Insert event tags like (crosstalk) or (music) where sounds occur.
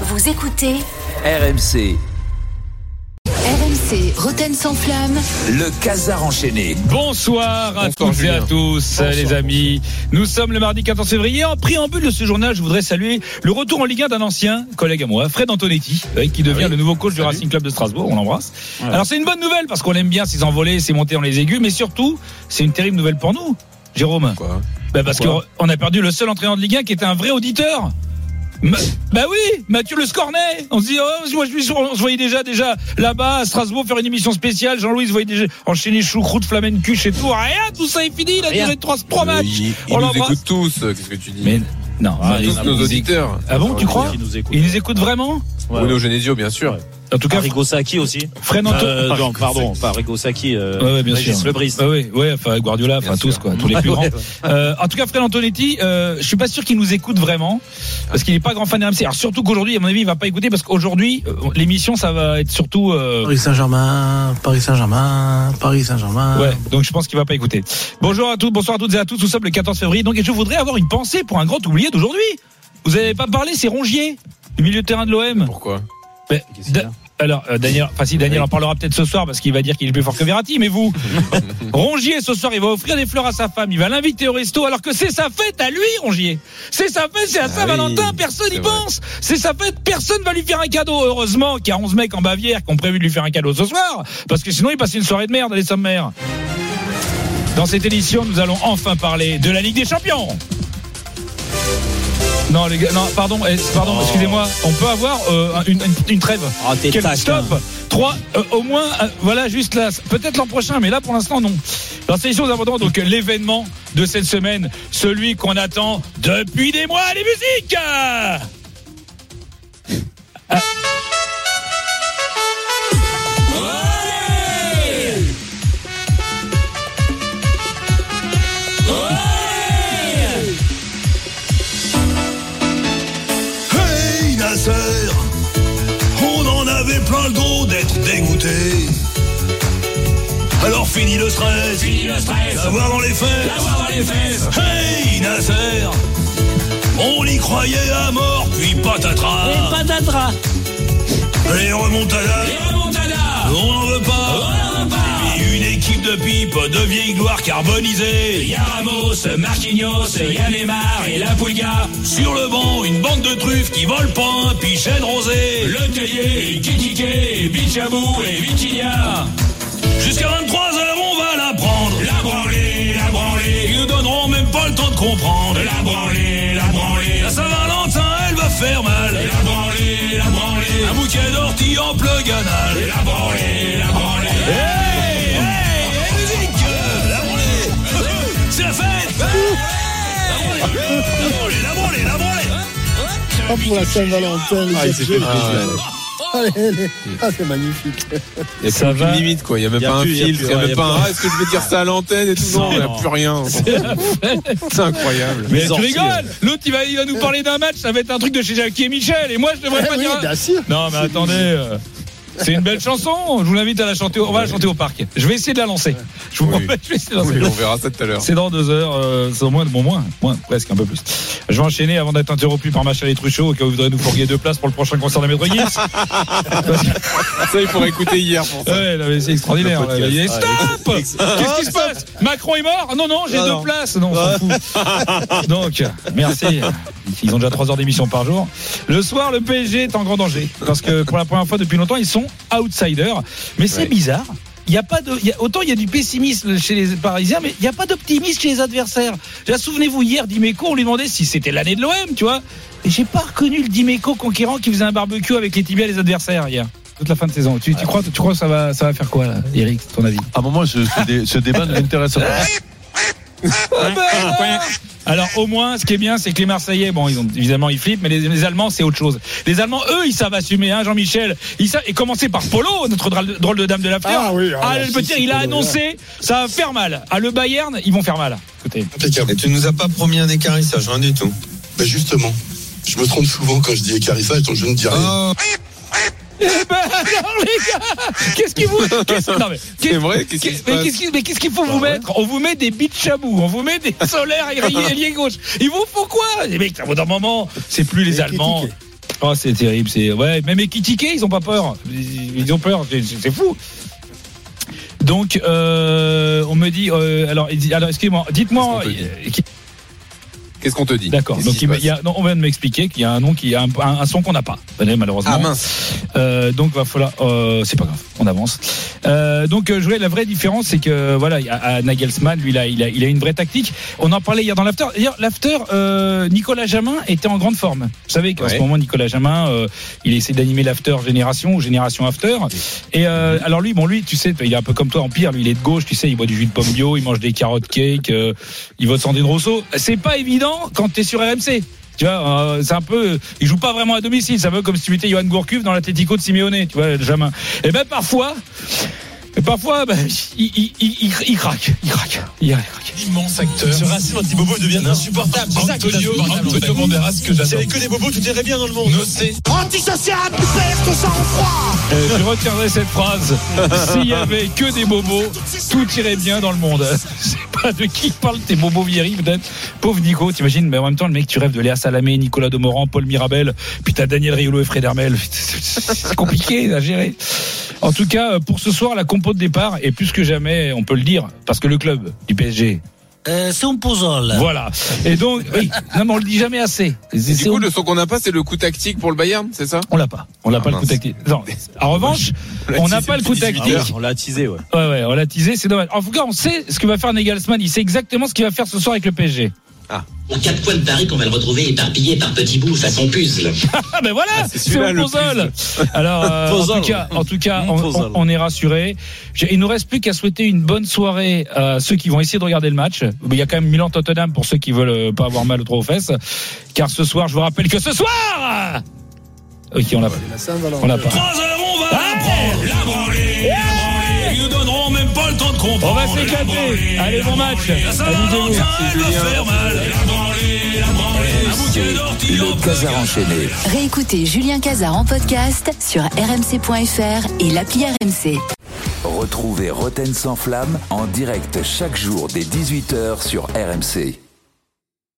Vous écoutez RMC, RMC Roten sans flamme. le casar enchaîné. Bonsoir à toutes et à tous, les amis. Nous sommes le mardi 14 février. En préambule de ce journal, je voudrais saluer le retour en Ligue 1 d'un ancien collègue à moi, Fred Antonetti, euh, qui devient le nouveau coach du Racing Club de Strasbourg. On l'embrasse. Alors, c'est une bonne nouvelle parce qu'on aime bien ces envolées, ces montées dans les aigus, mais surtout, c'est une terrible nouvelle pour nous, Jérôme. Bah, parce qu'on a perdu le seul entraîneur de Ligue 1 qui était un vrai auditeur. Ma- bah oui, Mathieu Le Scornet. On se dit, oh, moi, je suis sûr, on se voyait déjà, déjà là-bas à Strasbourg faire une émission spéciale. Jean-Louis se voyait déjà enchaîner choucroute, flamen cuche et tout. Rien, tout ça est fini. Il a duré trois, trois Euh, matchs. Oh Ils, ils On nous l'embrasse. écoutent tous, euh, qu'est-ce que tu dis Mais non, Enfin, ah, Tous nos auditeurs. Ah bon, tu crois Qui nous écoute. Ils nous écoutent vraiment Ouais. Bruno Genesio, bien sûr. Ouais. En tout cas, Arrigo Sacchi aussi. Fred Anto- Euh, Bah, non, pardon, pas Arrigo Sacchi. Euh, Ouais, ouais, bien Régis sûr. Lebris. Ah oui, ouais, enfin Guardiola, enfin Bien tous sûr. quoi, tous les plus grands. Euh, en tout cas, Fred Antonetti, euh, je suis pas sûr qu'il nous écoute vraiment, parce qu'il est pas grand fan de RMC. Alors surtout qu'aujourd'hui, à mon avis, il va pas écouter parce qu'aujourd'hui, euh, l'émission, ça va être surtout. euh, Paris Saint-Germain, Paris Saint-Germain, Paris Saint-Germain. Ouais, donc je pense qu'il va pas écouter. Bonjour à tous, bonsoir à toutes et à tous. Nous sommes le 14 février, donc et je voudrais avoir une pensée pour un grand oublié d'aujourd'hui. Vous avez pas parlé, c'est Rongier, du milieu de terrain de l'OM. Pourquoi Ben, Da- alors, euh, Daniel, enfin si Daniel en parlera peut-être ce soir parce qu'il va dire qu'il est plus fort que Verratti, mais (laughs) vous, Rongier ce soir, il va offrir des fleurs à sa femme, il va l'inviter au resto alors que c'est sa fête à lui, Rongier. C'est sa fête, c'est à Saint-Valentin, Ah oui, personne y c'est vrai. pense. C'est sa fête, personne va lui faire un cadeau. Heureusement qu'il y a 11 mecs en Bavière qui ont prévu de lui faire un cadeau ce soir parce que sinon il passait une soirée de merde à les sommaires. Dans cette édition, nous allons enfin parler de la Ligue des Champions. Non, les gars, non, pardon, eh, pardon, excusez-moi. On peut avoir euh, une, une- une trêve. Ah, Oh. t'es Quel taquin. stop Trois, euh, au moins, euh, voilà, juste là. Peut-être l'an prochain, mais là, pour l'instant, non. Dans cette édition, nous abordons donc euh, l'événement de cette semaine, celui qu'on attend depuis des mois, les musiques Ah. Hey Nasser, on en avait plein le dos d'être dégoûté. Alors fini le stress, fini le stress, l'avoir dans les fesses, l'avoir dans les fesses. Hey Nasser, on y croyait à mort, puis patatras, et patatras. Les remontadas, les remontadas, on n'en veut pas, on n'en veut pas. Une équipe de pipe, de vieilles gloires carbonisées. Y'a Ramos, Marquinhos, y'a Neymar et la Pulga. Sur le banc, une bande de truffes qui volent pas un pichet de rosé. Le Tellier, Kikike, Bichabou et Vitinha. Jusqu'à 23 heures, on va la prendre. La branler, la branler. Ils nous donneront même pas le temps de comprendre. La branler, la branler. La Saint-Valentin, elle va faire mal. La branler, la branler. Un bouquet d'orties en plug anal. La branler, la branler. Hey, hey, hey, musique. La branler. C'est la fête. La branler, la branler, la branler, la branler. Ah, pour la Saint-Valentin, Ah, les gars. Allez, allez. (laughs) Ah, c'est magnifique. Il n'y Ça a plus va. aucune limite, quoi. Il n'y a même Y a pas un plus, y a filtre, plus, il n'y a ouais, y même a pas un. plus. Ah, est-ce que je vais dire ça à l'antenne et tout Non, il n'y a plus rien. C'est incroyable. Mais Les tu orties, rigoles L'autre, il va, il va nous parler d'un match, ça va être un truc de chez Jackie et Michel, et moi, je devrais Eh pas oui, dire. un- bien sûr. Non, mais attendez. euh, C'est une belle chanson. Je vous invite à la chanter. On va la chanter au parc. Je vais essayer de la lancer. Je vous Oui. promets, je vais essayer de la lancer. Oui, on verra ça tout à l'heure. C'est dans deux heures, euh, c'est au moins, bon, moins, moins, presque, un peu plus. Je vais enchaîner avant d'être interrompu par Macha et Truchot, qui voudrait nous fourguer deux places pour le prochain concert de Maître Gims. Ça, il faudrait écouter hier pour ça. Ouais, non, mais c'est extraordinaire. Le podcast. Il est- Stop Qu'est-ce qui se passe Macron est mort Non, non, j'ai Ah, deux non. places. Non, on s'en fout. (laughs) Donc, merci. Ils ont déjà trois heures d'émission par jour. Le soir, le PSG est en grand danger. Parce que pour la première fois depuis longtemps, ils sont outsiders. Mais c'est Ouais. bizarre. Il y a pas de, il y a- autant il y a du pessimisme chez les Parisiens, mais il n'y a pas d'optimisme chez les adversaires. Déjà, Souvenez-vous, hier, Dimeco, on lui demandait si c'était l'année de l'OM, tu vois. Et j'ai pas reconnu le Dimeco conquérant qui faisait un barbecue avec les tibias des adversaires hier. Toute la fin de saison. Tu, tu crois, tu crois que ça va, ça va faire quoi, là, Eric, ton avis À un moment, ce, ce dé- ce débat ne m'intéresse pas. Alors au moins, ce qui est bien, c'est que les Marseillais, bon, ils ont évidemment ils flippent, mais les, les Allemands, c'est autre chose. Les Allemands, eux, ils savent assumer, hein, Jean-Michel. Ils savent. Et commencer par Polo, notre drôle- drôle de dame de l'after. Ah oui, ah Ah, oui, le si, petit, si, il a Polo, annoncé, ça va faire mal. À le Bayern, ils vont faire mal. (laughs) Écoutez. Et tu nous as pas promis un écarissage, rien du tout. Mais justement, je me trompe souvent quand je dis écarissage, donc je ne dis rien. Eh ben, alors, les gars, qu'est-ce (laughs) qu'il vous qu'est-ce- non, mais, C'est vrai, qu'est-ce qui qu'est-ce- se mais passe Bah qu'est-ce qu'il mais qu'est-ce qu'il faut vous mettre On vous met des bichabous, on vous met (laughs) des solaires et liés gauche. Il vous faut quoi Les mecs, ça vaut d'un moment, c'est plus les Allemands. Oh, c'est terrible. C'est ouais, même équitiqué, ils ont pas peur. Ils ils ont peur. C'est- C'est c'est fou. Donc, euh, on me dit. euh, alors, il dit- alors excusez-moi. Dites-moi. Qu'est-ce qu'on peut euh, qui- Qu'est-ce qu'on te dit D'accord. Qu'est-ce Donc, qui il se y a- non, on vient de m'expliquer qu'il y a un nom qui a un, un- un son qu'on n'a pas malheureusement. Ah mince. Euh, donc va falloir. euh, c'est pas grave, on avance. Euh, donc euh, je voulais la vraie différence, c'est que voilà, il y a- à Nagelsmann, lui, il a, il a, il a une vraie tactique. On en parlait hier dans l'after. D'ailleurs, l'after, euh, Nicolas Jamin était en grande forme. Vous savez qu'en Ouais. ce moment, Nicolas Jamin, euh, il essaie d'animer l'after génération ou génération after. Et euh, alors lui, bon lui, tu sais, il est un peu comme toi en pire. Lui, il est de gauche, tu sais, il boit du jus de pomme bio, il mange des carottes cake, euh, il vote Sandrine Rousseau. C'est pas évident quand t'es sur RMC. Tu vois, euh, c'est un peu. Il joue pas vraiment à domicile. Ça veut comme si tu mettais Johan Gourcuff dans l'Atlético de Simeone, tu vois, Jamin. Et ben parfois. et Parfois, ben, il, il, il, il- il craque, il craque, il craque. Immense acteur. Ce racisme anti-bobo devient insupportable. C'est ça qui est insupportable. Antonio Banderas, que j'adore. S'il n'y avait que des bobos, tout irait bien dans le monde. Euh, je retiendrai cette phrase. S'il y avait que des bobos, tout irait bien dans le monde. (laughs) Je sais pas de qui parle tes bobos vieillis, peut-être. Pauvre Nico, t'imagines, mais en même temps, le mec, tu rêves de Léa Salamé, Nicolas Demorand, Paul Mirabel, puis t'as Daniel Riolo et Fred Hermel. (laughs) C'est compliqué à gérer. En tout cas, euh, pour ce soir, la compo de départ est plus que jamais, on peut le dire, parce que le club du PSG. Euh, c'est un puzzle. Voilà. Et donc, oui, non, mais on le dit jamais assez. C'est- Du c'est- coup, le son qu'on n'a pas, c'est le coup tactique pour le Bayern, c'est ça On l'a pas. On l'a Ah, pas le coup mince. tactique. Non. En (laughs) revanche, on n'a pas le coup tactique. Ah, On l'a teasé, ouais. Ouais, ouais, on l'a teasé, c'est dommage. En tout cas, on sait ce que va faire Nagelsmann. Il sait exactement ce qu'il va faire ce soir avec le PSG. Aux quatre coins de Paris qu'on va le retrouver éparpillé par petits bouts façon puzzle. Ah, ben voilà, c'est celui-là, le le puzzle. (laughs) Alors, euh, en Puzzle. tout cas, en tout cas on, Puzzle. on- on est rassuré. Il nous reste plus qu'à souhaiter une bonne soirée à ceux qui vont essayer de regarder le match. Il y a quand même Milan Tottenham pour ceux qui veulent euh, pas avoir mal trop aux fesses. Car ce soir, je vous rappelle que ce soir. euh, Ok, on l'a pas. La Saint-Valentin. On l'a pas. Ah, Trois heures, on va la prendre, la branler, la branler. Ils nous donneront même pas le temps de comprendre. On va s'éclater. La branler, Allez, la bon match. branler. La Saint-Valentin, Amusez-vous. elle va faire mal. La branler, la branler. Un bouquet d'orties en Le Casar enchaîné. Réécoutez Julien Cazard en podcast sur rmc.fr et l'appli RMC. Retrouvez Roten sans flamme en direct chaque jour dès 18h sur RMC.